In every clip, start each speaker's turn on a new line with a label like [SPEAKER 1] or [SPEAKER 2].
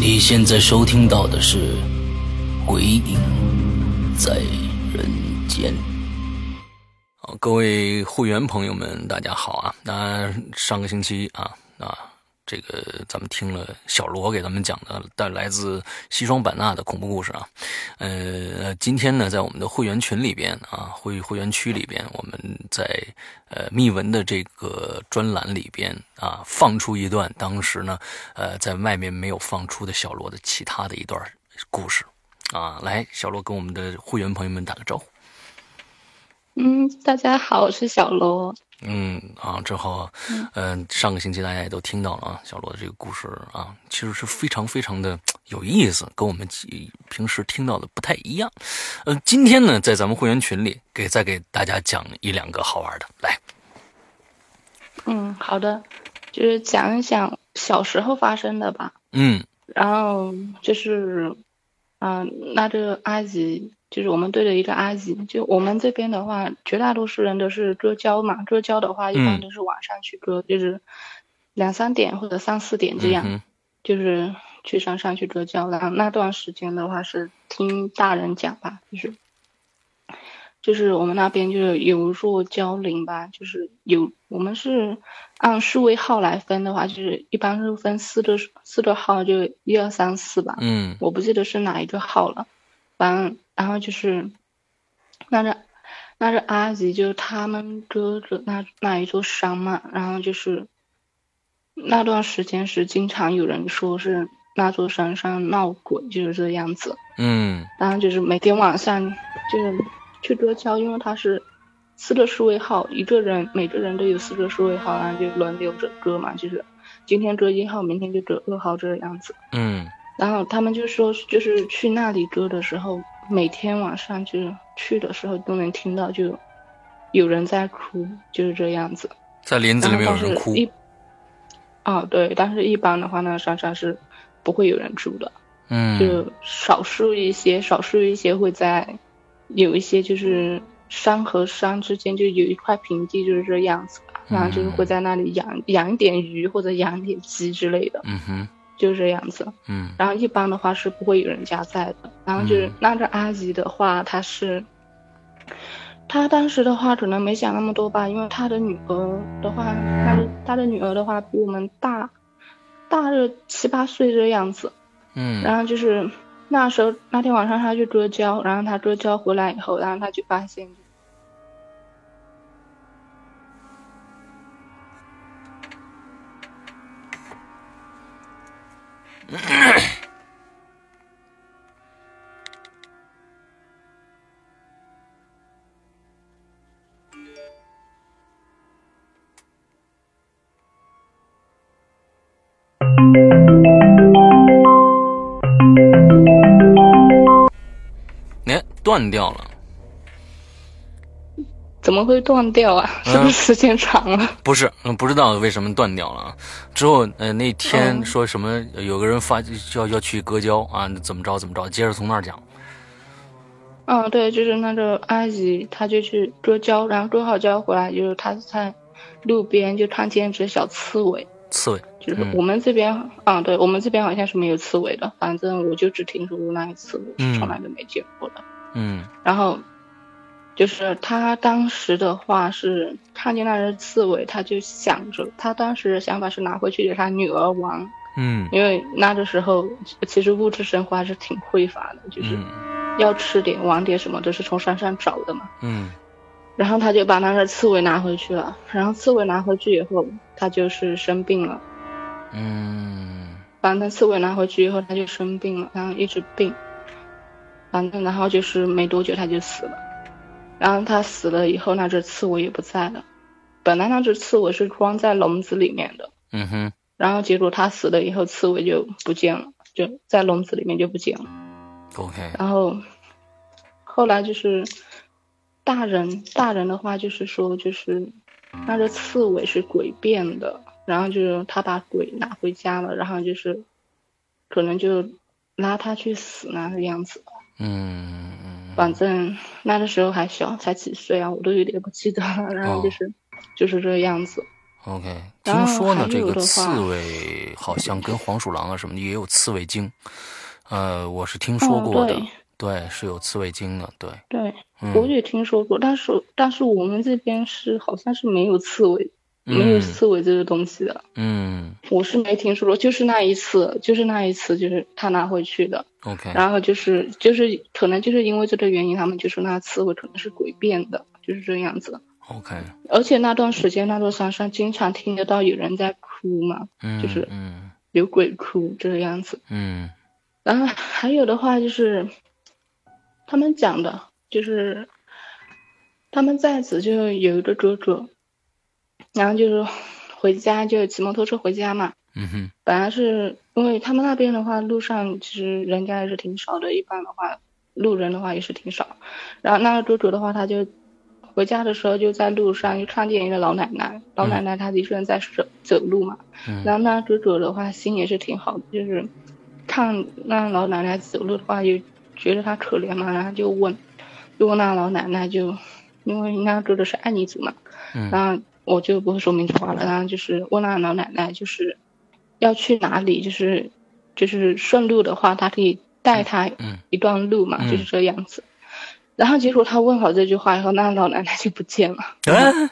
[SPEAKER 1] 你现在收听到的是《鬼影在人间》。
[SPEAKER 2] 好，各位会员朋友们，大家好啊！那上个星期啊啊，这个咱们听了小罗给咱们讲的，但来自西双版纳的恐怖故事啊。呃，今天呢，在我们的会员群里边啊，会会员区里边，我们在呃密文的这个专栏里边啊，放出一段当时呢，呃，在外面没有放出的小罗的其他的一段故事啊。来，小罗跟我们的会员朋友们打个招呼。
[SPEAKER 3] 嗯，大家好，我是小罗。
[SPEAKER 2] 嗯啊，之后，嗯、上个星期大家也都听到了啊，小罗的这个故事啊，其实是非常非常的有意思，跟我们其平时听到的不太一样。呃，今天呢，在咱们会员群里给再给大家讲一两个好玩的，来，
[SPEAKER 3] 嗯，好的，就是讲一讲小时候发生的吧。
[SPEAKER 2] 嗯
[SPEAKER 3] 然后就是，嗯、那这个埃及，就是我们队的一个埃及，就我们这边的话，绝大多数人都是割胶嘛，割胶的话一般
[SPEAKER 2] 嗯
[SPEAKER 3] 都是晚上去割，就是两三点或者三四点这样。
[SPEAKER 2] 嗯
[SPEAKER 3] 就是去山上去割胶然后那段时间的话是听大人讲吧，就是就是我们那边就是有若胶林吧，就是有我们是按数位号来分的话，就是一般是分四个四个号，就一二三四吧，
[SPEAKER 2] 嗯
[SPEAKER 3] 我不记得是哪一个号了，反正然后就是那个那个阿吉就是他们哥哥那那一座山嘛，然后就是那段时间是经常有人说是那座山上闹鬼，就是这样子。
[SPEAKER 2] 嗯
[SPEAKER 3] 然后就是每天晚上就是去割胶，因为它是四个数位号，一个人每个人都有四个数位号，然后就轮流着割嘛，就是今天割一号，明天就割二号这个样子。
[SPEAKER 2] 嗯
[SPEAKER 3] 然后他们就说，就是去那里割的时候，每天晚上就是去的时候都能听到，就有人在哭，就是这样子。
[SPEAKER 2] 在林子里面有
[SPEAKER 3] 然后
[SPEAKER 2] 人
[SPEAKER 3] 但是
[SPEAKER 2] 哭，
[SPEAKER 3] 一，啊、对，但是一般的话呢，山上是不会有人住的，
[SPEAKER 2] 嗯
[SPEAKER 3] 就少数一些，少数一些会在有一些就是山和山之间就有一块平地，就是这样子吧。然后
[SPEAKER 2] 嗯
[SPEAKER 3] 就是会在那里养养一点鱼或者养一点鸡之类的，
[SPEAKER 2] 嗯哼
[SPEAKER 3] 就是这样子。
[SPEAKER 2] 嗯
[SPEAKER 3] 然后一般的话是不会有人家在的。然后就是
[SPEAKER 2] 嗯
[SPEAKER 3] 那个阿姨的话，她是，她当时的话可能没想那么多吧，因为她的女儿的话，她的她的女儿的话比我们大，大了七八岁这样子。
[SPEAKER 2] 嗯
[SPEAKER 3] 然后就是那时候那天晚上她去割胶，然后她割胶回来以后，然后她就发现。
[SPEAKER 2] 哎断掉了，
[SPEAKER 3] 怎么会断掉啊？
[SPEAKER 2] 嗯
[SPEAKER 3] 是不是时间长了？
[SPEAKER 2] 不是嗯不知道为什么断掉了啊。之后呃那天
[SPEAKER 3] 嗯
[SPEAKER 2] 说什么有个人发要要去割胶啊怎么着怎么着，接着从那儿讲，
[SPEAKER 3] 嗯，对，就是那个阿姨，她就去割胶，然后割好胶回来，就是她在路边就看见一只小刺猬，
[SPEAKER 2] 刺猬
[SPEAKER 3] 就是
[SPEAKER 2] 嗯
[SPEAKER 3] 我们这边，嗯，对我们这边好像是没有刺猬的，反正我就只听说过那一次，我
[SPEAKER 2] 嗯
[SPEAKER 3] 是从来都没见过的。
[SPEAKER 2] 嗯
[SPEAKER 3] 然后就是她当时的话是看见那只刺猬，她就想着，她当时的想法是拿回去给她女儿玩，
[SPEAKER 2] 嗯
[SPEAKER 3] 因为那个时候其实物质生活还是挺匮乏的，就是。
[SPEAKER 2] 嗯。
[SPEAKER 3] 要吃点、玩点什么都是从山上找的嘛。
[SPEAKER 2] 嗯
[SPEAKER 3] 然后他就把那个刺猬拿回去了，然后刺猬拿回去以后，他就是生病了，
[SPEAKER 2] 嗯
[SPEAKER 3] 把那刺猬拿回去以后，它就生病了，然后一直病，反正然后就是没多久它就死了。然后它死了以后，那只刺猬也不在了。本来那只刺猬是装在笼子里面的，
[SPEAKER 2] 嗯哼，
[SPEAKER 3] 然后结果它死了以后，刺猬就不见了，就在笼子里面就不见了。
[SPEAKER 2] ，OK，
[SPEAKER 3] 然后后来就是大人，大人的话就是说，就是那只刺猬是鬼变的，然后就是他把鬼拿回家了，然后就是可能就拉他去死那个样子。
[SPEAKER 2] 嗯嗯
[SPEAKER 3] 反正那个时候还小，才几岁啊，我都有点不记得了。然后
[SPEAKER 2] 哦
[SPEAKER 3] 就是、就是这个样子。
[SPEAKER 2] ，OK。
[SPEAKER 3] 然后
[SPEAKER 2] 听说呢
[SPEAKER 3] 还，有
[SPEAKER 2] 这个
[SPEAKER 3] 的话
[SPEAKER 2] 刺猬好像跟黄鼠狼啊什么的也有刺猬精，呃，我是听说
[SPEAKER 3] 嗯
[SPEAKER 2] 过的，
[SPEAKER 3] 对
[SPEAKER 2] 对，是有刺猬精的，对，
[SPEAKER 3] 对，
[SPEAKER 2] 嗯
[SPEAKER 3] 我也听说过，但是但是我们这边是好像是没有刺猬，没有
[SPEAKER 2] 嗯
[SPEAKER 3] 刺猬这个东西的。
[SPEAKER 2] 嗯
[SPEAKER 3] 我是没听说过，就是那一次，就是那一次，就是他拿回去的，
[SPEAKER 2] ，OK，
[SPEAKER 3] 然后就是就是可能就是因为这个原因，他们就说那刺猬可能是诡辩的，就是这样子。
[SPEAKER 2] OK，
[SPEAKER 3] 而且那段时间，那座山上经常听得到有人在哭嘛，
[SPEAKER 2] 嗯，
[SPEAKER 3] 就是
[SPEAKER 2] 嗯
[SPEAKER 3] 有鬼哭这个样子。
[SPEAKER 2] 嗯
[SPEAKER 3] 然后还有的话就是，他们讲的就是，他们在此就有一个哥哥，然后就是回家就骑摩托车回家嘛，
[SPEAKER 2] 嗯哼，
[SPEAKER 3] 本来是因为他们那边的话，路上其实人家也是挺少的，一般的话，路人的话也是挺少。然后那个周主的话，他就回家的时候就在路上就看见一个老奶奶，老奶奶她一个人在走走路嘛。
[SPEAKER 2] 嗯
[SPEAKER 3] 然后那周主的话心也是挺好的，就是看那老奶奶走路的话，就觉得她可怜嘛，然后就问，就问那老奶奶就，因为那周主是爱尼族嘛，
[SPEAKER 2] 嗯
[SPEAKER 3] 然后我就不会说民族话了，然后就是问那老奶奶，就是要去哪里，就是就是顺路的话，她可以带她
[SPEAKER 2] 嗯
[SPEAKER 3] 一段路嘛，
[SPEAKER 2] 嗯
[SPEAKER 3] 就是这样子。然后结果她问好这句话以后，那老奶奶就不见了。
[SPEAKER 2] 嗯，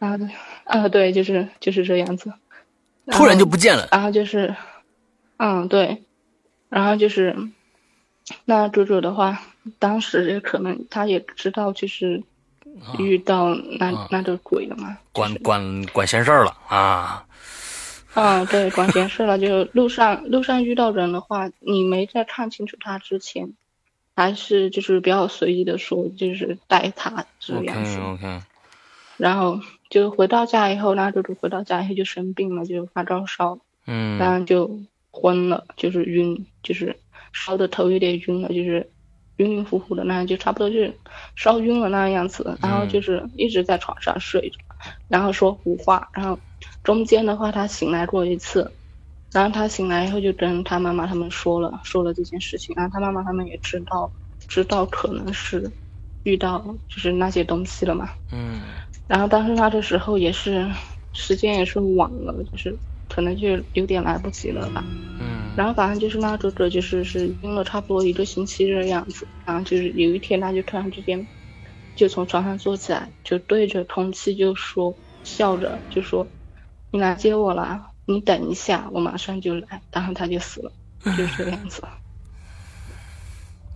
[SPEAKER 3] 然后，啊，对，就是就是这样子。
[SPEAKER 2] 突然就不见了，
[SPEAKER 3] 然后就是，嗯，对，然后就是，那主主的话，当时也可能他也知道，就是遇到那、那个鬼了嘛，
[SPEAKER 2] 管管管闲事儿了啊，
[SPEAKER 3] 啊，对，管闲事了。就路上路上遇到人的话，你没在看清楚他之前，还是就是比较随意的说，就是带他这样子。
[SPEAKER 2] OK 哦 OK，
[SPEAKER 3] 然后就回到家以后，那就回到家以后就生病了，就发高烧，然
[SPEAKER 2] 嗯
[SPEAKER 3] 后就昏了，就是晕，就是烧的头有点晕了，就是晕晕乎乎的那样，就差不多就是烧晕了那样子。然后就是一直在床上睡着，然后说胡话，然后中间的话他醒来过一次。然后他醒来以后就跟他妈妈他们说了，说了这件事情，然后他妈妈他们也知道，知道可能是遇到就是那些东西了嘛。
[SPEAKER 2] 嗯
[SPEAKER 3] 然后当时他的时候也是，时间也是晚了，就是可能就有点来不及了吧。
[SPEAKER 2] 嗯
[SPEAKER 3] 然后反正就是那周周就是是晕了差不多一个星期这样子，然后就是有一天他就突然之间就从床上坐起来，就对着空气就说笑着就说：“你来接我啦，你等一下，我马上就来。”然后他就死了，就是这个样子。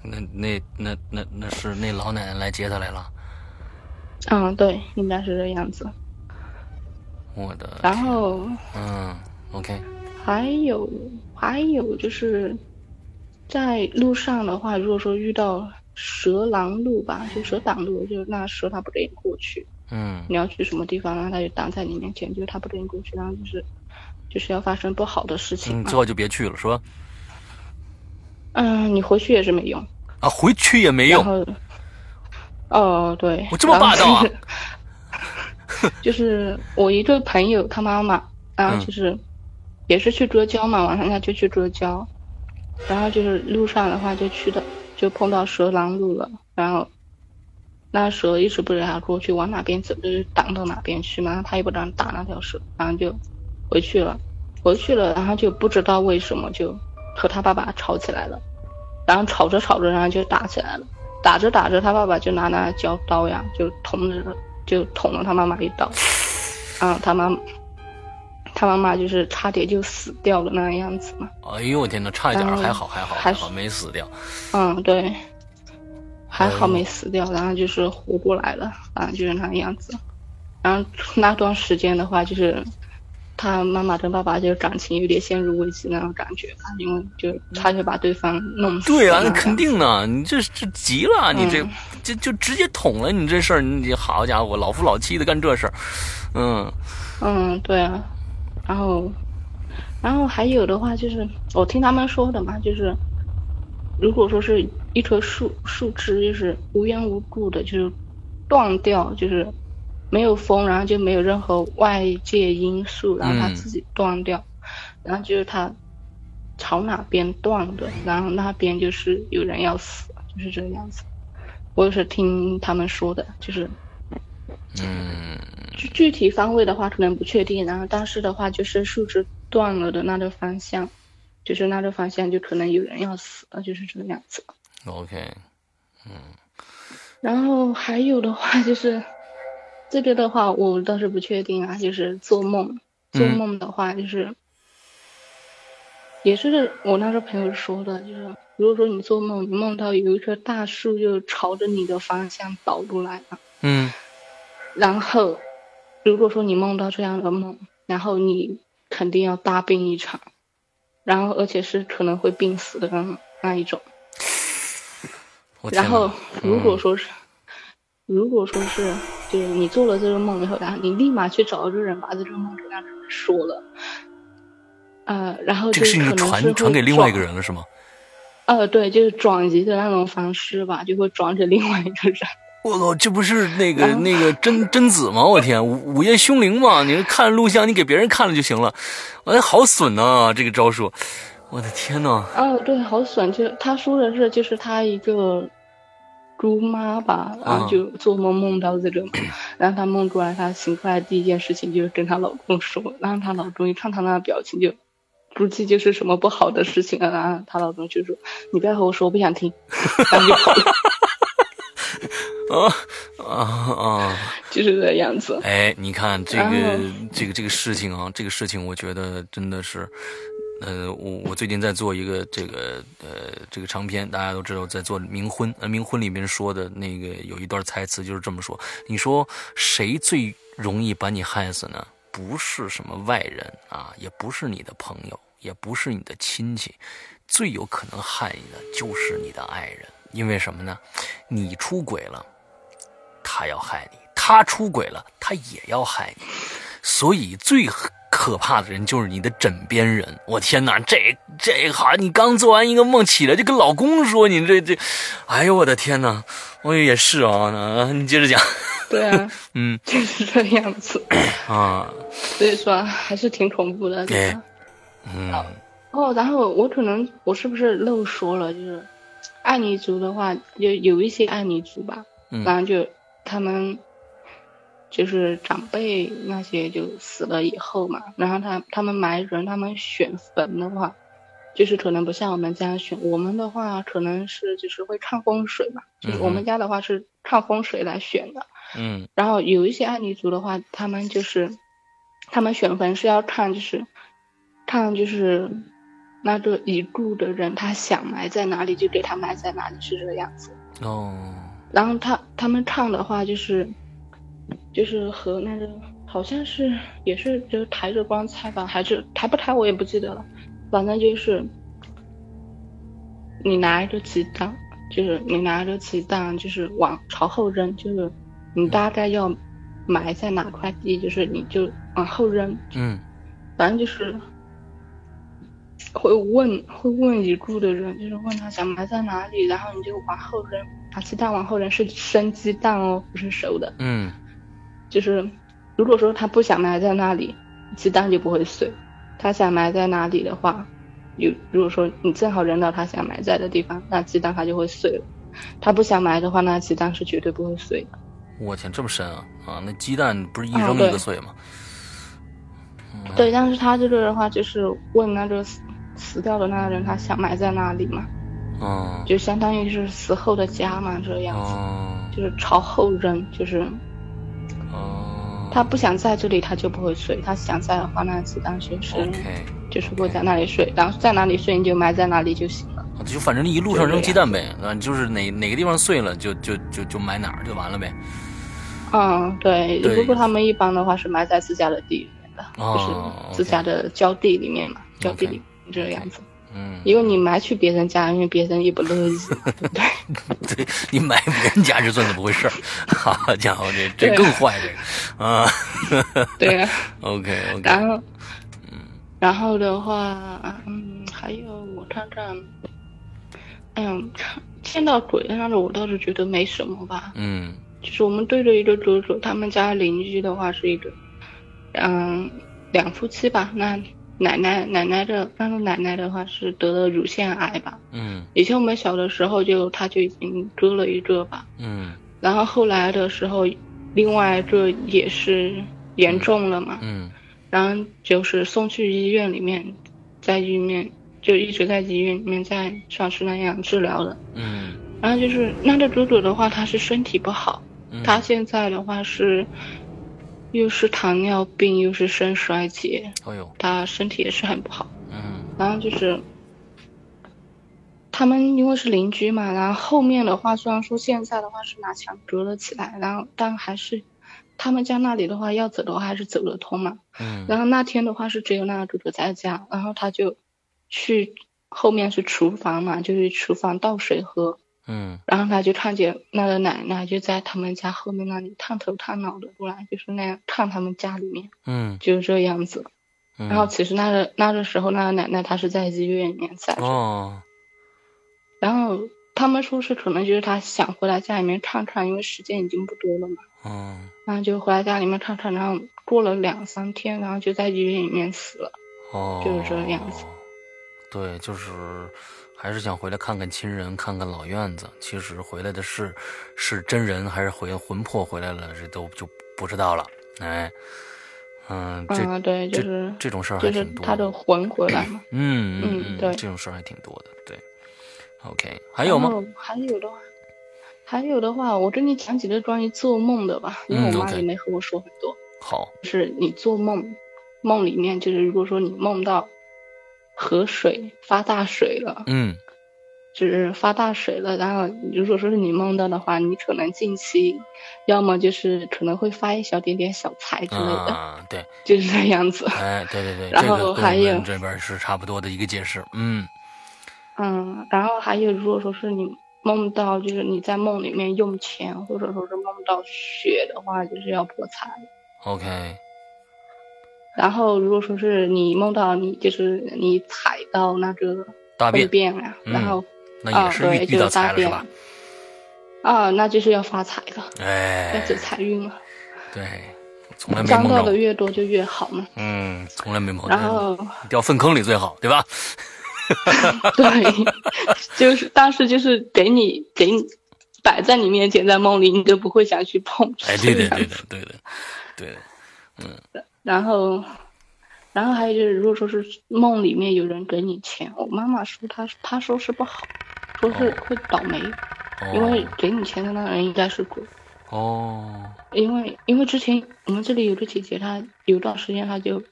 [SPEAKER 2] 那那那那那是那老奶奶来接他来了，
[SPEAKER 3] 嗯，对，应该是这样子。
[SPEAKER 2] 我的，
[SPEAKER 3] 然后
[SPEAKER 2] 嗯 OK，
[SPEAKER 3] 还有还有就是，在路上的话，如果说遇到蛇拦路吧，就蛇挡路，就是那蛇它不给你过去，
[SPEAKER 2] 嗯
[SPEAKER 3] 你要去什么地方，然后它就挡在你面前，就是它不给你过去，然后就是就是要发生不好的事
[SPEAKER 2] 嗯，
[SPEAKER 3] 情嘛
[SPEAKER 2] 最。后就别去了，说
[SPEAKER 3] 嗯，你回去也是没用。
[SPEAKER 2] 啊回去也没
[SPEAKER 3] 然
[SPEAKER 2] 用，
[SPEAKER 3] 后，哦，对，
[SPEAKER 2] 我这么霸道啊
[SPEAKER 3] 然后就是 就是我一个朋友他妈妈，然
[SPEAKER 2] 嗯
[SPEAKER 3] 后就是也是去浙江嘛，晚上他就去浙江，然后就是路上的话就去的就碰到蛇拦路了，然后那蛇一直不让他过去，往哪边走就是挡到哪边去嘛，他也不敢打那条蛇，然后就回去了，回去了，然后就不知道为什么就和他爸爸吵起来了。然后吵着吵着，然后就打起来了。打着打着，他爸爸就拿那胶刀呀，就捅了，就捅了他妈妈一 刀。啊，他妈，他妈妈就是差点就死掉了那个样子嘛。
[SPEAKER 2] 哎呦我天哪，差一点儿，
[SPEAKER 3] 然后
[SPEAKER 2] 还好还好还
[SPEAKER 3] 还是
[SPEAKER 2] 好没死掉，
[SPEAKER 3] 嗯，对，还好没死掉，然后就是活过来了，啊，就是那个样子。然后那段时间的话，就是他妈妈跟爸爸就感情有点陷入危机那种感觉吧，因为就差点把对方弄死。
[SPEAKER 2] 对啊，
[SPEAKER 3] 那
[SPEAKER 2] 那
[SPEAKER 3] 种
[SPEAKER 2] 肯
[SPEAKER 3] 感觉。
[SPEAKER 2] 定的，你这这急了，你这
[SPEAKER 3] 嗯
[SPEAKER 2] 这就直接捅了你这事儿，你好家伙，老夫老妻的干这事儿，嗯
[SPEAKER 3] 嗯，对啊。然后，然后还有的话就是我听他们说的嘛，就是如果说是一棵树树枝就是无缘无故的，就是断掉，就是没有风，然后就没有任何外界因素，然后它
[SPEAKER 2] 嗯
[SPEAKER 3] 自己断掉，然后就是它朝哪边断的，然后那边就是有人要死，就是这个样子。我也是听他们说的，就是
[SPEAKER 2] 嗯
[SPEAKER 3] 具具体方位的话可能不确定，然后但是的话就是树枝断了的那个方向，就是那个方向就可能有人要死了，就是这个样子。
[SPEAKER 2] ，OK，
[SPEAKER 3] 然后还有的话就是，这个的话我倒是不确定啊，就是做梦，做
[SPEAKER 2] 嗯
[SPEAKER 3] 梦的话就是，也是我那个朋友说的，就是如果说你做梦，你梦到有一棵大树就朝着你的方向倒过来了。
[SPEAKER 2] 嗯
[SPEAKER 3] 然后，如果说你梦到这样的梦，然后你肯定要大病一场，然后而且是可能会病死的那那一种。
[SPEAKER 2] 我天
[SPEAKER 3] 然
[SPEAKER 2] 哪
[SPEAKER 3] 后，如果
[SPEAKER 2] 嗯
[SPEAKER 3] 说是，如果说是，就是你做了这个梦以后，然后你立马去找这个人，把这个梦给那个人说了，呃，然后
[SPEAKER 2] 这
[SPEAKER 3] 就
[SPEAKER 2] 个事情
[SPEAKER 3] 可
[SPEAKER 2] 就
[SPEAKER 3] 能是
[SPEAKER 2] 传
[SPEAKER 3] 会
[SPEAKER 2] 传给另外一
[SPEAKER 3] 转
[SPEAKER 2] 个人了是吗？
[SPEAKER 3] 呃，对，就是转移的那种方式吧，就会转给另外一个人。
[SPEAKER 2] 我靠，这不是那个
[SPEAKER 3] 然后
[SPEAKER 2] 那个贞 贞子吗？我天，午午夜凶铃嘛！你看录像，你给别人看了就行了。哎，好损呐、这个招数！我的天呐！
[SPEAKER 3] 哦，对，好损，就他说的是，就是他一个姑妈吧，然
[SPEAKER 2] 嗯
[SPEAKER 3] 后就做梦梦到这个，然后她梦出来，她醒过来第一件事情就是跟她老公说，然后她老公一看她那表情就。估计就是什么不好的事情了，然后她老公就说：“你不要和我说，我不想听。”然后就跑了，
[SPEAKER 2] 啊啊啊！
[SPEAKER 3] 就是这个样子。
[SPEAKER 2] 哎，你看这
[SPEAKER 3] 然
[SPEAKER 2] 个
[SPEAKER 3] 后
[SPEAKER 2] 这个这个事情啊，这个事情我觉得真的是，呃，我我最近在做一个这个呃这个长篇，大家都知道在做《冥婚》，呃，《冥婚》里面说的那个有一段台词就是这么说：你说谁最容易把你害死呢？不是什么外人啊，也不是你的朋友，也不是你的亲戚，最有可能害你的就是你的爱人，因为什么呢？你出轨了。他要害你，他出轨了，他也要害你。所以最可怕的人就是你的枕边人。我天哪，这这好，你刚做完一个梦起来就跟老公说你这这，哎呦我的天哪，我也是啊，那你接着讲，
[SPEAKER 3] 对啊，
[SPEAKER 2] 嗯
[SPEAKER 3] 就是这个样子。
[SPEAKER 2] 啊，
[SPEAKER 3] 所以说还是挺恐怖的。啊
[SPEAKER 2] 哎
[SPEAKER 3] 真的
[SPEAKER 2] 嗯
[SPEAKER 3] 哦，然后我可能我是不是漏说了？就是爱尼族的话，就有一些爱尼族吧，然
[SPEAKER 2] 嗯
[SPEAKER 3] 后就他们就是长辈那些就死了以后嘛，然后他他们埋人，他们选坟的话，就是可能不像我们家选，我们的话可能是就是会看风水嘛，就是我
[SPEAKER 2] 嗯哼
[SPEAKER 3] 们家的话是看风水来选的。
[SPEAKER 2] 嗯
[SPEAKER 3] 然后有一些爱尼族的话，他们就是他们选坟是要看就是看就是那个已故的人他想埋在哪里就给他埋在哪里，是这个样子。
[SPEAKER 2] 哦
[SPEAKER 3] 然后他他们唱的话就是就是和那个好像是也是就是抬着棺材吧，还是抬不抬我也不记得了，反正就是你拿一个鸡蛋，就是你拿着鸡蛋就是往朝后扔，就是你大概要埋在哪块地，就是你就往后扔，
[SPEAKER 2] 嗯
[SPEAKER 3] 反正就是会问会问已故的人，就是问他想埋在哪里，然后你就往后扔，把鸡蛋往后扔是生鸡蛋哦，不是熟的。
[SPEAKER 2] 嗯
[SPEAKER 3] 就是如果说他不想埋在那里，鸡蛋就不会碎；他想埋在哪里的话，有如果说你正好扔到他想埋在的地方，那鸡蛋它就会碎了。他不想埋的话，那鸡蛋是绝对不会碎的。
[SPEAKER 2] 我天，这么深啊啊！那鸡蛋不是一
[SPEAKER 3] 啊
[SPEAKER 2] 扔一
[SPEAKER 3] 对
[SPEAKER 2] 个碎吗？嗯
[SPEAKER 3] 对，但是他这个的话就是问那个死死掉的那个人，他想埋在哪里嘛？
[SPEAKER 2] 嗯
[SPEAKER 3] 就相当于是死后的家嘛，这个样子，
[SPEAKER 2] 哦
[SPEAKER 3] 就是朝后扔，就是
[SPEAKER 2] 哦
[SPEAKER 3] 他不想在这里，他就不会睡；他想在的话，那鸡蛋学是
[SPEAKER 2] OK。
[SPEAKER 3] 就是会在那里睡，然后在哪里睡你就埋在哪里就行了。
[SPEAKER 2] 啊，就反正一路上扔鸡蛋呗，啊，就是哪哪个地方碎了就就就就埋哪儿就完了呗。
[SPEAKER 3] 嗯，对。
[SPEAKER 2] 对
[SPEAKER 3] 不过他们一般的话是埋在自家的地里面，的，
[SPEAKER 2] 哦
[SPEAKER 3] 就是自家的浇地里面嘛，浇地里这个样子。
[SPEAKER 2] 嗯，
[SPEAKER 3] 因为你买去别人家，因为别人也不乐意， 对不对？
[SPEAKER 2] 对你买别人家就算怎么回事儿？好家伙，这这更坏这个啊
[SPEAKER 3] 对啊呀、
[SPEAKER 2] ！OK OK，
[SPEAKER 3] 然后，然后的话，嗯，还有我看看，哎呀，看见到鬼那种，我倒是觉得没什么吧。
[SPEAKER 2] 嗯
[SPEAKER 3] 就是我们对着一个左左，他们家邻居的话是一个，嗯，两夫妻吧。那奶奶奶奶的，那个奶奶的话是得了乳腺癌吧。
[SPEAKER 2] 嗯
[SPEAKER 3] 以前我们小的时候就她就已经割了一个吧，
[SPEAKER 2] 嗯
[SPEAKER 3] 然后后来的时候，另外一个也是严重了嘛。
[SPEAKER 2] 嗯
[SPEAKER 3] 然后就是送去医院里面，在医院就一直在医院里面在像是那样治疗的。
[SPEAKER 2] 嗯
[SPEAKER 3] 然后就是那个祖祖的话，他是身体不好，
[SPEAKER 2] 嗯，
[SPEAKER 3] 他现在的话是又是糖尿病又是肾衰竭，
[SPEAKER 2] 哎呦，
[SPEAKER 3] 他身体也是很不好。
[SPEAKER 2] 嗯
[SPEAKER 3] 然后就是他们因为是邻居嘛，然后后面的话虽然说现在的话是拿墙隔了起来，然后但还是他们家那里的话要走的话还是走得通嘛。
[SPEAKER 2] 嗯
[SPEAKER 3] 然后那天的话是只有那个哥哥在家，然后他就去后面是厨房嘛，就是厨房倒水喝，
[SPEAKER 2] 嗯
[SPEAKER 3] 然后他就看见那个奶奶就在他们家后面那里探头探脑的过来，就是那样看他们家里面，
[SPEAKER 2] 嗯，
[SPEAKER 3] 就是这样子。
[SPEAKER 2] 嗯
[SPEAKER 3] 然后其实那个那个时候那个奶奶她是在医院里面在着，
[SPEAKER 2] 哦，
[SPEAKER 3] 然后他们说是可能就是她想回来家里面看看，因为时间已经不多了嘛，
[SPEAKER 2] 嗯，
[SPEAKER 3] 然后就回来家里面看看，然后过了两三天，然后就在医院里面死了。
[SPEAKER 2] 哦，
[SPEAKER 3] 就是这样子。
[SPEAKER 2] 对，就是还是想回来看看亲人，看看老院子。其实回来的是是真人还是回魂魄回来了，这都就不知道了。哎，嗯，这、
[SPEAKER 3] 嗯，对，就
[SPEAKER 2] 这
[SPEAKER 3] 是
[SPEAKER 2] 这种事儿还
[SPEAKER 3] 就是
[SPEAKER 2] 挺多
[SPEAKER 3] 他的魂 回来嘛。
[SPEAKER 2] 嗯
[SPEAKER 3] 嗯
[SPEAKER 2] 嗯
[SPEAKER 3] 对
[SPEAKER 2] 这种事儿还挺多的。对，OK，还有吗？？
[SPEAKER 3] 还有的话，还有的话，我跟你讲几个关于做梦的吧，因为
[SPEAKER 2] 嗯
[SPEAKER 3] 我妈
[SPEAKER 2] OK
[SPEAKER 3] 也没和我说很多。
[SPEAKER 2] 好，
[SPEAKER 3] 就是你做梦，梦里面就是如果说你梦到河水发大水了，
[SPEAKER 2] 嗯
[SPEAKER 3] 就是发大水了，然后如果说是你梦到的话，你可能近期，要么就是可能会发一小点点小财之类的，
[SPEAKER 2] 啊，对，
[SPEAKER 3] 就是这样子。
[SPEAKER 2] 哎，对对对，
[SPEAKER 3] 然
[SPEAKER 2] 这个
[SPEAKER 3] 后
[SPEAKER 2] 跟我
[SPEAKER 3] 还有
[SPEAKER 2] 们这边是差不多的一个解释。嗯
[SPEAKER 3] 嗯，然后还有，如果说是你梦到，就是你在梦里面用钱，或者说是梦到血的话，就是要破财。
[SPEAKER 2] ，OK，
[SPEAKER 3] 然后如果说是你梦到你就是你踩到那个
[SPEAKER 2] 大
[SPEAKER 3] 粪
[SPEAKER 2] 便
[SPEAKER 3] 便啊，然
[SPEAKER 2] 嗯
[SPEAKER 3] 后
[SPEAKER 2] 那也
[SPEAKER 3] 啊
[SPEAKER 2] 是遇、
[SPEAKER 3] 对，
[SPEAKER 2] 遇
[SPEAKER 3] 就
[SPEAKER 2] 到
[SPEAKER 3] 是
[SPEAKER 2] 财
[SPEAKER 3] 大
[SPEAKER 2] 了是
[SPEAKER 3] 便
[SPEAKER 2] 吧？
[SPEAKER 3] 啊，那就是要发财的，要
[SPEAKER 2] 哎，
[SPEAKER 3] 走财运了。
[SPEAKER 2] 对，从来没
[SPEAKER 3] 张
[SPEAKER 2] 梦
[SPEAKER 3] 到
[SPEAKER 2] 着
[SPEAKER 3] 的
[SPEAKER 2] 过。
[SPEAKER 3] 越多就越好嘛。
[SPEAKER 2] 嗯，从来没梦着
[SPEAKER 3] 然后
[SPEAKER 2] 掉粪坑里最好，对吧？
[SPEAKER 3] 对， 就是当时就是给你给你摆在你面前，在梦里你就不会想去碰。
[SPEAKER 2] 哎，对对对的，对的，对的。
[SPEAKER 3] 然后，然后还有就是，如果说是梦里面有人给你钱，我妈妈说她她说是不好，说是会倒霉，因为
[SPEAKER 2] 哦
[SPEAKER 3] 给你钱的那个人应该是鬼。
[SPEAKER 2] 哦，
[SPEAKER 3] 因为因为之前我们这里有个姐姐，她有段时间她就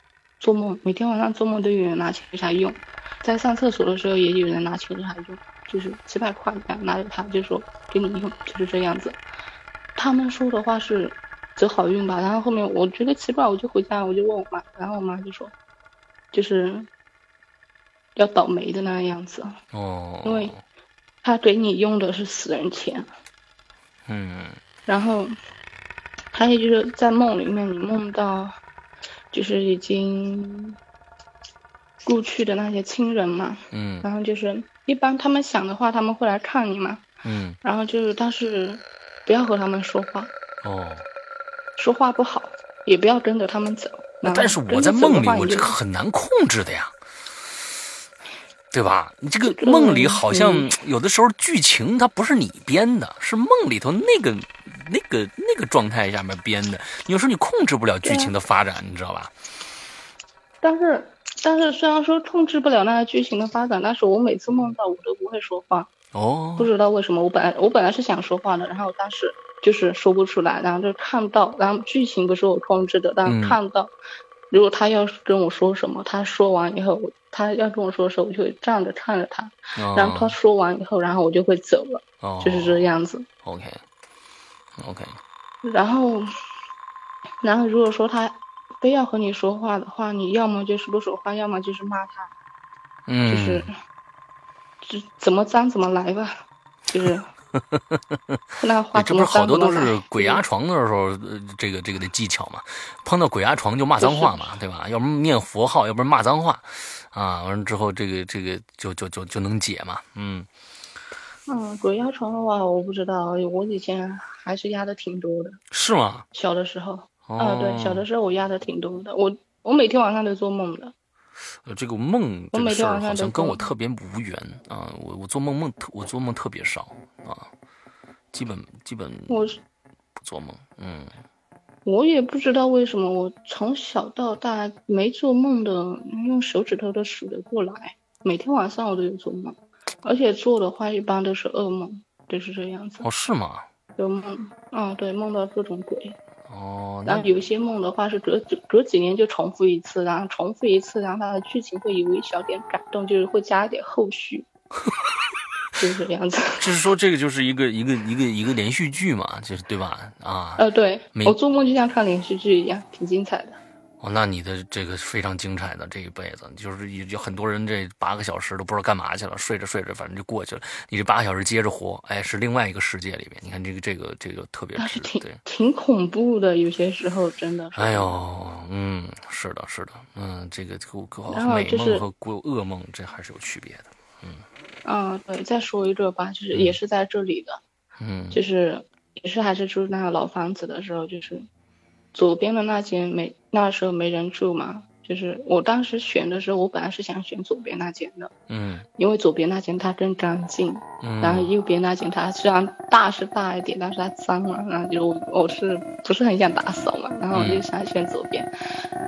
[SPEAKER 3] 做梦，每天晚上做梦都有人拿钱给她用，在上厕所的时候也有人拿钱给她用，就是几百块拿拿给她，就说给你用，就是这样子。他们说的话是走好运吧，然后后面我觉得奇怪，我就回家我就问我妈，然后我妈就说，就是要倒霉的那个样子，
[SPEAKER 2] 哦，
[SPEAKER 3] 因为她给你用的是死人钱。
[SPEAKER 2] 嗯
[SPEAKER 3] 然后还有就是在梦里面，你梦到就是已经故去的那些亲人嘛，
[SPEAKER 2] 嗯
[SPEAKER 3] 然后就是一般他们想的话，他们会来看你嘛，
[SPEAKER 2] 嗯
[SPEAKER 3] 然后就是但是不要和他们说话，嗯
[SPEAKER 2] 哦，
[SPEAKER 3] 说话不好，也不要跟着他们走。然后
[SPEAKER 2] 哎但是我
[SPEAKER 3] 跟
[SPEAKER 2] 在
[SPEAKER 3] 着走的
[SPEAKER 2] 梦里，
[SPEAKER 3] 话
[SPEAKER 2] 我
[SPEAKER 3] 你
[SPEAKER 2] 这
[SPEAKER 3] 就
[SPEAKER 2] 个很难控制的呀，对吧？你这个
[SPEAKER 3] 个
[SPEAKER 2] 梦里好像
[SPEAKER 3] 嗯
[SPEAKER 2] 有的时候剧情它不是你编的，是梦里头那个那个那个状态下面编的，有时候你控制不了剧
[SPEAKER 3] 对啊
[SPEAKER 2] 情的发展，你知道吧？
[SPEAKER 3] 但是但是虽然说控制不了那个剧情的发展，但是我每次梦到我都不会说话，
[SPEAKER 2] 哦
[SPEAKER 3] 不，知道为什么，我本来我本来是想说话的，然后当时就是说不出来，然后就看到，然后剧情不是我控制的，但
[SPEAKER 2] 嗯
[SPEAKER 3] 是看到，如果他要是跟我说什么，他说完以后，我他要跟我说的时候，我就会站着看着他，然后他说完以后，然后我就会走了，
[SPEAKER 2] 哦，
[SPEAKER 3] 就是这样子。
[SPEAKER 2] OK，OK，
[SPEAKER 3] 然后，然后如果说他非要和你说话的话，你要么就是不说话，要么就是骂他，
[SPEAKER 2] 嗯，
[SPEAKER 3] 就是，就怎么脏怎么来吧， 就是。那
[SPEAKER 2] 对
[SPEAKER 3] 话
[SPEAKER 2] 哎这
[SPEAKER 3] 怎
[SPEAKER 2] 不
[SPEAKER 3] 么
[SPEAKER 2] 是好
[SPEAKER 3] 脏
[SPEAKER 2] 多
[SPEAKER 3] 怎么
[SPEAKER 2] 都
[SPEAKER 3] 来
[SPEAKER 2] 是鬼压床的时候，呃这个这个的技巧嘛。碰到鬼压床就骂脏话 嘛，对吧？要不然念佛号，要不然骂脏话，啊，完了之后这个这个就就就就能解嘛。嗯
[SPEAKER 3] 嗯，鬼压床的话，我不知道，哎我以前还是压的挺多的，
[SPEAKER 2] 是吗？
[SPEAKER 3] 小的时候。
[SPEAKER 2] 哦，
[SPEAKER 3] 啊，对，小的时候我压的挺多的，我我每天晚上都做梦的。
[SPEAKER 2] 呃，这个梦这
[SPEAKER 3] 我
[SPEAKER 2] 个
[SPEAKER 3] 每
[SPEAKER 2] 事
[SPEAKER 3] 天
[SPEAKER 2] 儿
[SPEAKER 3] 晚上
[SPEAKER 2] 好像
[SPEAKER 3] 都
[SPEAKER 2] 跟
[SPEAKER 3] 做
[SPEAKER 2] 我特别无缘啊，我我做梦梦特我做梦特别少啊，基本基本
[SPEAKER 3] 我是
[SPEAKER 2] 不做梦，嗯
[SPEAKER 3] 我也不知道为什么，我从小到大没做梦的，用手指头都数得过来。每天晚上我都有做梦，而且做的话一般都是噩梦，就是这样子
[SPEAKER 2] 哦，是吗？
[SPEAKER 3] 有梦，啊，对，梦到各种鬼。
[SPEAKER 2] 哦，
[SPEAKER 3] 然
[SPEAKER 2] 那
[SPEAKER 3] 后有一些梦的话是隔隔隔几年就重复一次，然后重复一次，然后它的剧情会有一小点改动，就是会加一点后续，就是这样子。
[SPEAKER 2] 就是说这个就是一个一个一个一个连续剧嘛，就是对吧？啊，
[SPEAKER 3] 呃，对
[SPEAKER 2] 没
[SPEAKER 3] 我做梦就像看连续剧一样，挺精彩的。
[SPEAKER 2] 哦，那你的这个是非常精彩的这一辈子，就是有有很多人这八个小时都不知道干嘛去了，睡着睡着反正就过去了。你这八个小时接着活，哎，是另外一个世界里面。你看这个这个这个特别
[SPEAKER 3] 但
[SPEAKER 2] 值
[SPEAKER 3] 是挺
[SPEAKER 2] 对。
[SPEAKER 3] 挺恐怖的，有些时候真的是。
[SPEAKER 2] 哎呦，嗯，是的，是的，嗯，这个和
[SPEAKER 3] 然后
[SPEAKER 2] 美
[SPEAKER 3] 就
[SPEAKER 2] 梦
[SPEAKER 3] 是
[SPEAKER 2] 和鬼噩梦这还是有区别的，
[SPEAKER 3] 嗯，对，再说一个吧，就是也是在这里的，
[SPEAKER 2] 嗯
[SPEAKER 3] 就是也是还是住那个老房子的时候，就是左边的那间没那时候没人住嘛，就是我当时选的时候，我本来是想选左边那间的，
[SPEAKER 2] 嗯
[SPEAKER 3] 因为左边那间它更干净，
[SPEAKER 2] 嗯，
[SPEAKER 3] 然后右边那间它虽然大是大一点，但是它脏嘛，然后就我我是不是很想打扫嘛，然后我就想选左边，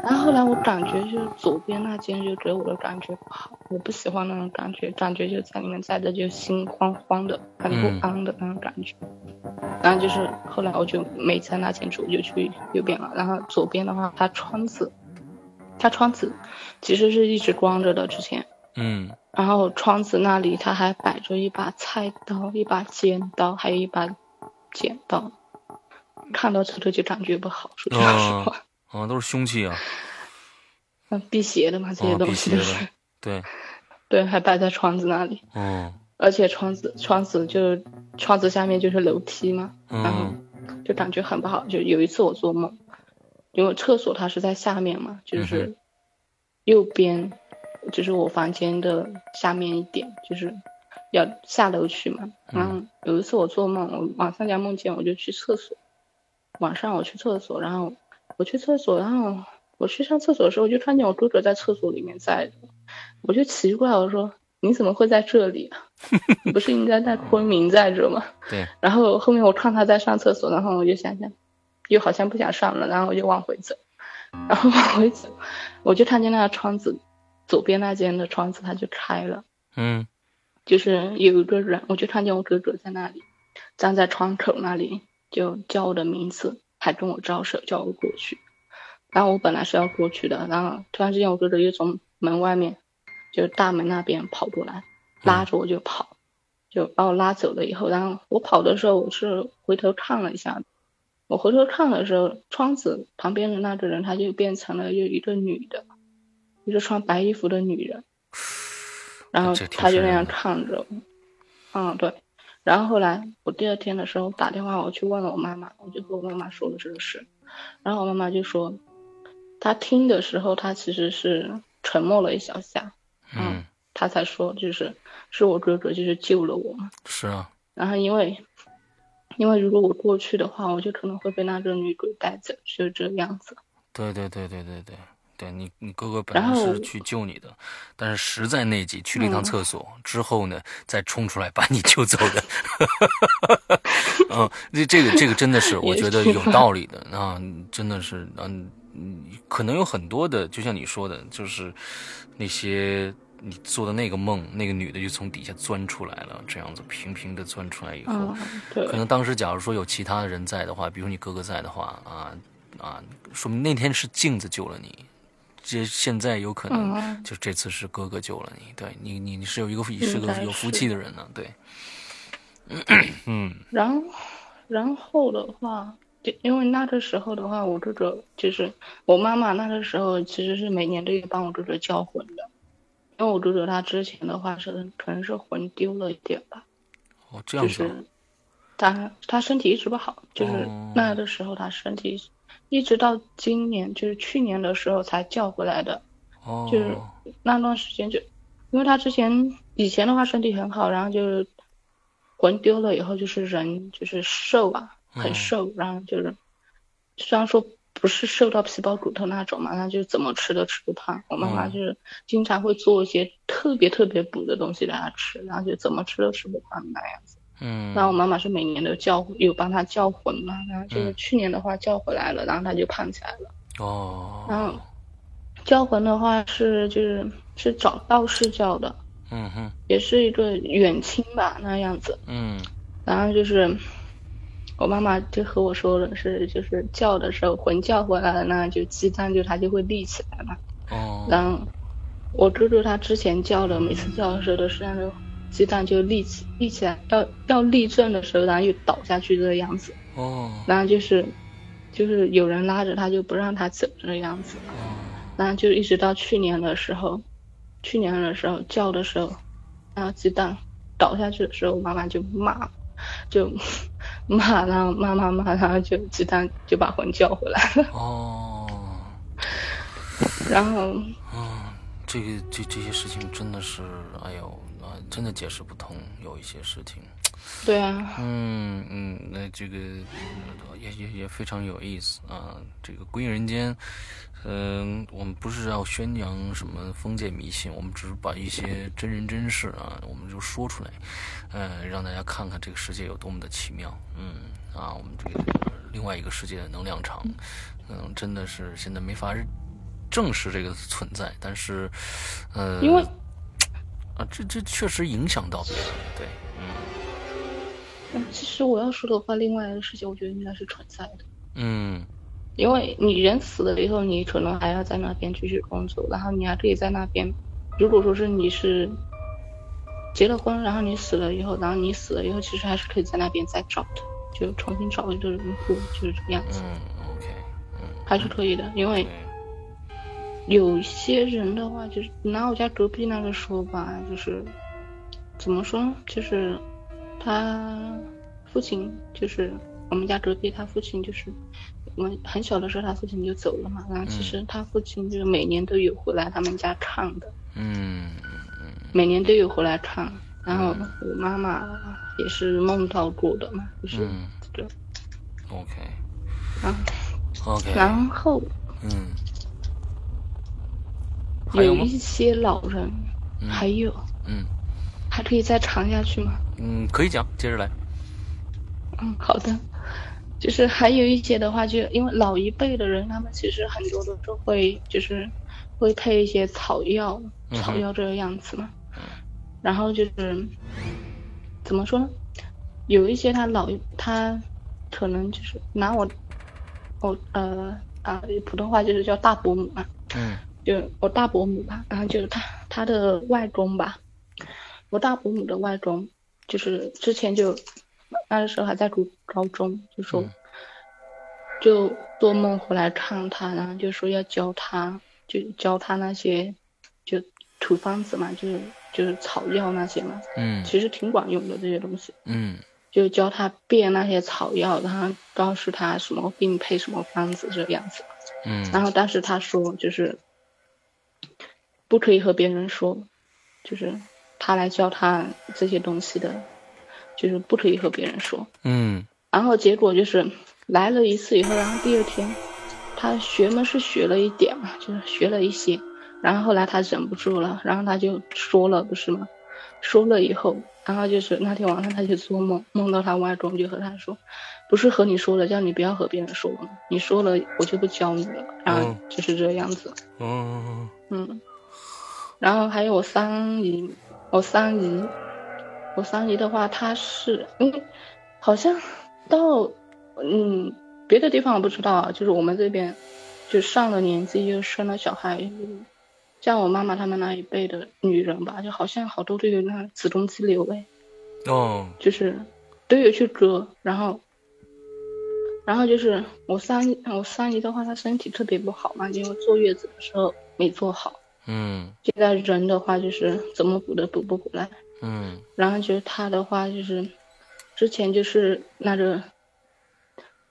[SPEAKER 3] 然后后来我感觉就是左边那间就给我的感觉不好，我不喜欢那种感觉，感觉就在里面待着就心慌慌的，很不安的那种感觉。然后就是后来我就没在那间住，我就去右边了。然后左边的话，它窗子，它窗子其实是一直关着的之前。
[SPEAKER 2] 嗯
[SPEAKER 3] 然后窗子那里他还摆着一把菜刀、一把尖刀，还有一把剪刀。看到这个就感觉不好，说句老实
[SPEAKER 2] 哦
[SPEAKER 3] 话，
[SPEAKER 2] 啊，都是凶器啊，
[SPEAKER 3] 那辟邪的嘛，这
[SPEAKER 2] 啊
[SPEAKER 3] 些，
[SPEAKER 2] 辟
[SPEAKER 3] 东西
[SPEAKER 2] 邪
[SPEAKER 3] 都
[SPEAKER 2] 的
[SPEAKER 3] 是，
[SPEAKER 2] 对，
[SPEAKER 3] 对，还摆在窗子那里，
[SPEAKER 2] 嗯
[SPEAKER 3] 而且窗子窗子就窗子下面就是楼梯嘛，然后
[SPEAKER 2] 嗯
[SPEAKER 3] 就感觉很不好。就有一次我做梦，因为厕所它是在下面嘛，就
[SPEAKER 2] 嗯
[SPEAKER 3] 是右边，就是我房间的下面一点，就是要下楼去嘛。然后有一次我做梦，我晚上加梦见我就去厕所，晚上我去厕所，然后我去厕所，然后我去上厕所的时候，我就看见我哥哥在厕所里面在着，我就奇怪，我说你怎么会在这里、啊？ 不是应该在昆明在这吗？
[SPEAKER 2] 对，
[SPEAKER 3] 然后后面我看他在上厕所，然后我就想想，又好像不想上了，然后我就往回走，然后往回走，我就看见那个窗子，左边那间的窗子它就开了，
[SPEAKER 2] 嗯
[SPEAKER 3] 就是有一个人，我就看见我哥哥在那里，站在窗口那里就叫我的名字，还跟我招手叫我过去，然后我本来是要过去的，然后突然之间我哥哥又从门外面，就是大门那边跑过来，
[SPEAKER 2] 嗯
[SPEAKER 3] 拉着我就跑。就把我拉走了以后，然后我跑的时候，我是回头看了一下，我回头看的时候，窗子旁边的那个人他就变成了就一个女的，一个穿白衣服的女人，然后
[SPEAKER 2] 哎这挺
[SPEAKER 3] 他就
[SPEAKER 2] 瘆
[SPEAKER 3] 那
[SPEAKER 2] 人
[SPEAKER 3] 样
[SPEAKER 2] 的
[SPEAKER 3] 看着我，嗯，对。然后后来我第二天的时候打电话，我去问了我妈妈，我就和我妈妈说了这个事，然后我妈妈就说，她听的时候，她其实是沉默了一小下，
[SPEAKER 2] 嗯，
[SPEAKER 3] 她才说就是是我哥哥就是救了我嘛。
[SPEAKER 2] 是啊，
[SPEAKER 3] 然后因为，因为如果我过去的话，我就可能会被那个女鬼带走，就这样子。
[SPEAKER 2] 对对对对对对。对你，你哥哥本
[SPEAKER 3] 然
[SPEAKER 2] 来
[SPEAKER 3] 后
[SPEAKER 2] 是去救你的，但是实在内急去了一趟
[SPEAKER 3] 嗯
[SPEAKER 2] 厕所、之后呢，再冲出来把你救走的。 嗯，这这个这个真的是，我觉得有道理的啊，真的是，嗯，嗯可能有很多的，就像你说的，就是那些你做的那个梦，那个女的就从底下钻出来了，这样子平平的钻出来以后，
[SPEAKER 3] 嗯，对
[SPEAKER 2] 可，能当时假如说有其他人在的话，比如你哥哥在的话，啊啊，说明那天是镜子救了你，这现在有可能
[SPEAKER 3] 嗯
[SPEAKER 2] 就这次是哥哥救了你，对你你你是有一个你是
[SPEAKER 3] 应
[SPEAKER 2] 个
[SPEAKER 3] 该
[SPEAKER 2] 有福
[SPEAKER 3] 是
[SPEAKER 2] 气的人呢、对，嗯
[SPEAKER 3] 然后，然后的话，对，因为那个时候的话，我舅舅就是我妈妈那个时候其实是每年都有帮我舅舅叫魂的，因为我舅舅他之前的话是可能是魂丢了一点吧，
[SPEAKER 2] 哦，这
[SPEAKER 3] 就
[SPEAKER 2] 样子啊，
[SPEAKER 3] 是他他身体一直不好，就是
[SPEAKER 2] 哦
[SPEAKER 3] 那个时候他身体一直到今年就是去年的时候才叫回来的，
[SPEAKER 2] 哦，
[SPEAKER 3] 就是那段时间就，因为他之前以前的话身体很好，然后就是魂丢了以后就是人就是瘦啊，
[SPEAKER 2] 嗯
[SPEAKER 3] 很瘦，然后就是虽然说不是瘦到皮包骨头那种嘛，那就是怎么吃都吃不胖。我妈妈
[SPEAKER 2] 嗯
[SPEAKER 3] 就是经常会做一些特别特别补的东西让他吃，然后就怎么吃都吃不胖那样子。
[SPEAKER 2] 嗯，
[SPEAKER 3] 然后我妈妈是每年都叫有帮他叫魂嘛，然后就是
[SPEAKER 2] 嗯
[SPEAKER 3] 去年的话叫回来了，然后他就胖起来了。然后
[SPEAKER 2] 哦，
[SPEAKER 3] 叫魂的话是就是是找道士叫的，
[SPEAKER 2] 嗯哼，
[SPEAKER 3] 也是一个远亲吧那样子。
[SPEAKER 2] 嗯
[SPEAKER 3] 然后就是我妈妈就和我说的是，就是叫的时候魂叫回来了呢，就鸡蛋就它就会立起来嘛。
[SPEAKER 2] 哦，
[SPEAKER 3] 然后我舅舅他之前叫的，每次叫的时候都是那种鸡蛋就立起立起来，要要立正的时候，然后又倒下去这个样子。
[SPEAKER 2] 哦，
[SPEAKER 3] 然后就是就是有人拉着他就不让他走这个样子。
[SPEAKER 2] 哦，
[SPEAKER 3] 然后就一直到去年的时候，去年的时候叫的时候，然后鸡蛋倒下去的时候，我妈妈就骂，就 骂，然后骂骂骂，然后就鸡蛋就把魂叫回来了。
[SPEAKER 2] 哦，
[SPEAKER 3] 然后
[SPEAKER 2] 嗯，这个这这些事情真的是，哎呦，啊，真的解释不通，有一些事情。
[SPEAKER 3] 对啊，
[SPEAKER 2] 嗯嗯，那这个呃也也也非常有意思啊。这个归隐人间，嗯、我们不是要宣扬什么封建迷信，我们只是把一些真人真事啊，我们就说出来，呃，让大家看看这个世界有多么的奇妙。嗯，啊，我们这个另外一个世界的能量场，嗯，真的是现在没法证实这个存在，但是，呃，
[SPEAKER 3] 因为
[SPEAKER 2] 啊，这这确实影响到别人，对，
[SPEAKER 3] 嗯其实我要说的话，另外一个事情，我觉得应该是存在的。
[SPEAKER 2] 嗯。
[SPEAKER 3] 因为你人死了以后，你可能还要在那边继续工作，然后你还可以在那边。如果说是你是结了婚，然后你死了以后，然后你死了以后，其实还是可以在那边再找的，就重新找一个人过，就是这个样子，
[SPEAKER 2] 嗯，OK，嗯，
[SPEAKER 3] 还是可以的。因为
[SPEAKER 2] 对，
[SPEAKER 3] 有一些人的话，就是拿我家隔壁那个说吧，就是怎么说呢，就是他父亲，就是我们家隔壁他父亲，就是我们很小的时候他父亲就走了嘛，
[SPEAKER 2] 嗯
[SPEAKER 3] 然后其实他父亲就是每年都有回来他们家看的，
[SPEAKER 2] 嗯
[SPEAKER 3] 每年都有回来看，然后我妈妈也是梦到过的嘛，就是
[SPEAKER 2] 嗯
[SPEAKER 3] 这个，
[SPEAKER 2] ，OK，OK，、
[SPEAKER 3] 然后嗯然后
[SPEAKER 2] 嗯，还有
[SPEAKER 3] 有
[SPEAKER 2] 吗？
[SPEAKER 3] 一些老人，
[SPEAKER 2] 嗯
[SPEAKER 3] 还有
[SPEAKER 2] 嗯
[SPEAKER 3] 还可以再长下去吗？
[SPEAKER 2] 嗯，可以讲，接着来。
[SPEAKER 3] 嗯，好的。就是还有一些的话，就因为老一辈的人，他们其实很多都是会，就是会配一些草药，
[SPEAKER 2] 嗯哼嗯
[SPEAKER 3] 草药这个样子嘛。然后就是怎么说呢？有一些他老一他可能就是拿我，我呃啊普通话就是叫大伯母嘛，
[SPEAKER 2] 嗯
[SPEAKER 3] 就我大伯母吧，然后就是她她的外公吧，我大伯母的外公，就是之前就那时候还在读高中，就说、
[SPEAKER 2] 嗯
[SPEAKER 3] 就做梦回来看她，然后就说要教她，就教她那些就土方子嘛，就是就是草药那些嘛，
[SPEAKER 2] 嗯
[SPEAKER 3] 其实挺管用的这些东西，
[SPEAKER 2] 嗯
[SPEAKER 3] 就教她辨那些草药，然后告诉她什么病配什么方子这个样子。然
[SPEAKER 2] 嗯，
[SPEAKER 3] 后当时他说就是不可以和别人说，就是他来教他这些东西的，就是不可以和别人说。
[SPEAKER 2] 嗯，
[SPEAKER 3] 然后结果就是来了一次以后，然后第二天他学嘛是学了一点嘛，就是学了一些，然后后来他忍不住了，然后他就说了不是吗？说了以后，然后就是那天晚上他就做梦，梦到他外公就和他说，不是和你说了，叫你不要和别人说了吗？你说了我就不教你了，然后就是这个样子，
[SPEAKER 2] 哦，
[SPEAKER 3] 嗯。然后还有我三姨，我三姨，我三姨的话，她是因为好像到嗯别的地方我不知道啊，就是我们这边就上了年纪又生了小孩，像我妈妈他们那一辈的女人吧，就好像好多都有那子宫肌瘤哎，
[SPEAKER 2] 哦，
[SPEAKER 3] 就是都有去割，然后然后就是我三我三姨的话，她身体特别不好嘛，因为坐月子的时候没做好。
[SPEAKER 2] 嗯
[SPEAKER 3] 现在人的话就是怎么补都补不回来。
[SPEAKER 2] 嗯
[SPEAKER 3] 然后就是她的话就是，之前就是那个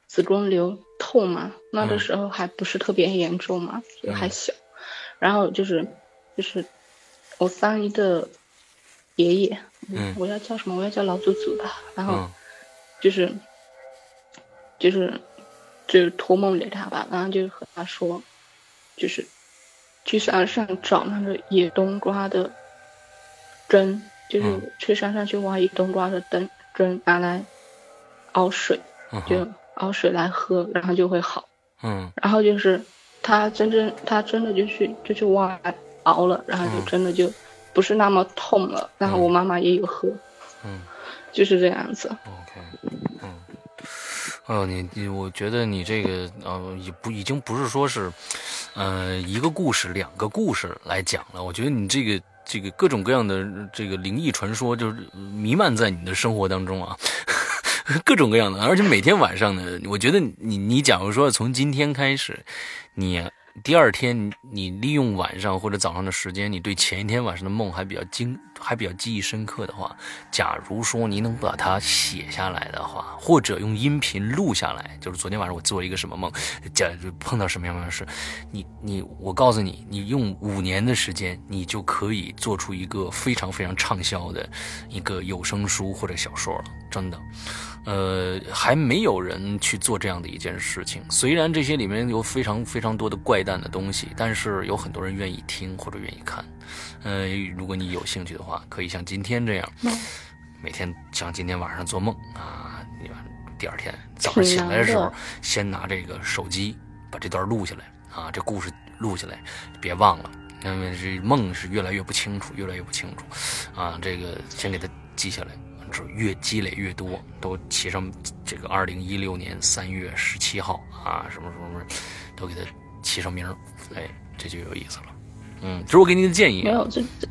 [SPEAKER 3] 子宫瘤痛嘛，那个
[SPEAKER 2] 嗯
[SPEAKER 3] 时候还不是特别严重嘛，就还
[SPEAKER 2] 嗯
[SPEAKER 3] 小。然后就是就是我三姨的爷爷，
[SPEAKER 2] 嗯
[SPEAKER 3] 我要叫什么？我要叫老祖祖吧。然后
[SPEAKER 2] 嗯
[SPEAKER 3] 就是、就是就是托梦给他吧，然后就和他说，就是去山上找那个野冬瓜的针，就是
[SPEAKER 2] 嗯
[SPEAKER 3] 去山上去挖野冬瓜的灯针，拿来熬水，
[SPEAKER 2] 嗯
[SPEAKER 3] 就熬水来喝，然后就会好。
[SPEAKER 2] 嗯
[SPEAKER 3] 然后就是他真正他真的就去就去挖熬了，然后就
[SPEAKER 2] 嗯
[SPEAKER 3] 真的就不是那么痛了。然后我妈妈也有喝，
[SPEAKER 2] 嗯
[SPEAKER 3] 就是这样子。
[SPEAKER 2] ，OK，嗯，哎呦，你你，我觉得你这个呃，也不已经不是说是，呃，一个故事、两个故事来讲了。我觉得你这个这个各种各样的呃这个灵异传说，就是呃弥漫在你的生活当中啊。 各种各样的，而且每天晚上呢，我觉得你你假如说从今天开始，你第二天你利用晚上或者早上的时间，你对前一天晚上的梦还比较精，还比较记忆深刻的话，假如说你能把它写下来的话，或者用音频录下来，就是昨天晚上我做了一个什么梦，假如碰到什么样的事，你你我告诉你，你用五年的时间，你就可以做出一个非常非常畅销的一个有声书或者小说了，真的。呃，还没有人去做这样的一件事情。虽然这些里面有非常非常多的怪诞的东西，但是有很多人愿意听或者愿意看。呃，如果你有兴趣的话，可以像今天这样，每天像今天晚上做梦啊，你晚第二天早上
[SPEAKER 3] 挺
[SPEAKER 2] 醒来的时
[SPEAKER 3] 难
[SPEAKER 2] 候
[SPEAKER 3] 的，
[SPEAKER 2] 先拿这个手机把这段录下来啊，这故事录下来，别忘了，因为这梦是越来越不清楚，越来越不清楚。啊，这个先给它记下来，之后越积累越多，都写上这个二零一六年三月十七号啊，什么什么什么，都给它起上名儿，哎，这就有意思了。嗯，这是我给你的建议
[SPEAKER 3] 没
[SPEAKER 2] 啊。
[SPEAKER 3] 有这这，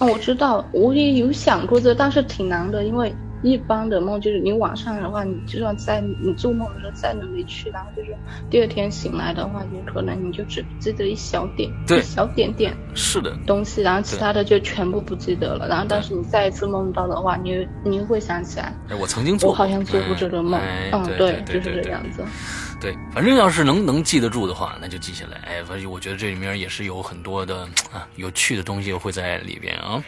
[SPEAKER 3] 哦，我知道，我也有想过这，但是挺难的，因为一般的梦就是你晚上的话，你就算在你做梦的时候再努力去，然后就是第二天醒来的话，有可能你就只记得一小点，
[SPEAKER 2] 对
[SPEAKER 3] 一小点点
[SPEAKER 2] 是的，
[SPEAKER 3] 东西，然后其
[SPEAKER 2] 对
[SPEAKER 3] 他的就全部不记得了。然后但是你再一次梦到的话，你你会想起来，
[SPEAKER 2] 哎，我曾经做
[SPEAKER 3] 我
[SPEAKER 2] 过，
[SPEAKER 3] 好像做过这个梦，
[SPEAKER 2] 哎、
[SPEAKER 3] 嗯，
[SPEAKER 2] 哎对
[SPEAKER 3] 就
[SPEAKER 2] 对
[SPEAKER 3] 是
[SPEAKER 2] 对
[SPEAKER 3] 这样子。
[SPEAKER 2] 对，反正要是能能记得住的话，那就记下来。哎，反正我觉得这里面也是有很多的啊有趣的东西会在里边啊。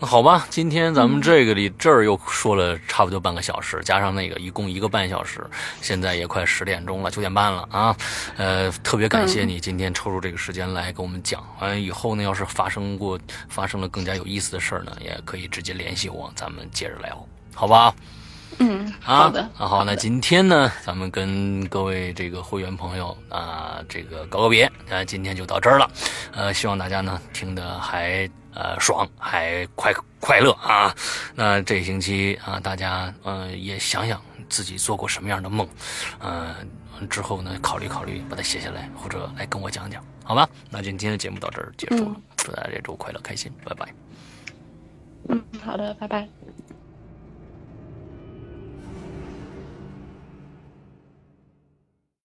[SPEAKER 2] 那好吧，今天咱们这个里、这儿又说了差不多半个小时，加上那个一共一个半小时，现在也快十点钟了，九点半了啊。呃，特别感谢你今天抽出这个时间来给我们讲。完、以后呢，要是发生过发生了更加有意思的事儿呢，也可以直接联系我，咱们接着聊，好吧？
[SPEAKER 3] 嗯，
[SPEAKER 2] 啊，
[SPEAKER 3] 好的，
[SPEAKER 2] 啊好，那
[SPEAKER 3] 的
[SPEAKER 2] 今天呢，咱们跟各位这个会员朋友啊，这个告个别，那、今天就到这儿了，呃，希望大家呢听得还呃爽，还快快乐啊。那这星期啊，大家呃也想想自己做过什么样的梦，呃，之后呢考虑考虑，把它写下来，或者来跟我讲讲，好吧？那今天的节目到这
[SPEAKER 3] 嗯
[SPEAKER 2] 儿结束了，祝大家这周快乐开心，拜拜。
[SPEAKER 3] 嗯，好的，拜拜。